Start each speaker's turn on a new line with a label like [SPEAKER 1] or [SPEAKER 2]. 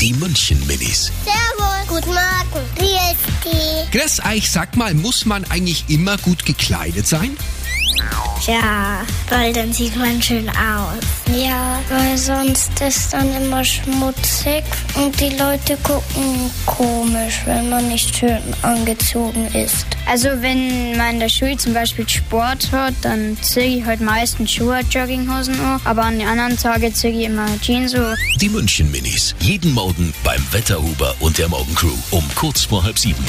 [SPEAKER 1] Die München-Minis.
[SPEAKER 2] Servus. Guten Morgen. Wie ist die?
[SPEAKER 1] Gress Eich, sag mal, muss man eigentlich immer gut gekleidet sein?
[SPEAKER 2] Ja, weil dann sieht man schön aus. Ja, weil sonst ist dann immer schmutzig und die Leute gucken komisch, wenn man nicht schön angezogen ist.
[SPEAKER 3] Also wenn man in der Schule zum Beispiel Sport hat, dann ziehe ich halt meistens Schuhe, Jogginghosen an, aber an den anderen Tagen ziehe ich immer Jeans an.
[SPEAKER 1] Die München-Minis. Jeden Morgen beim Wetterhuber und der Morgencrew um kurz vor halb sieben.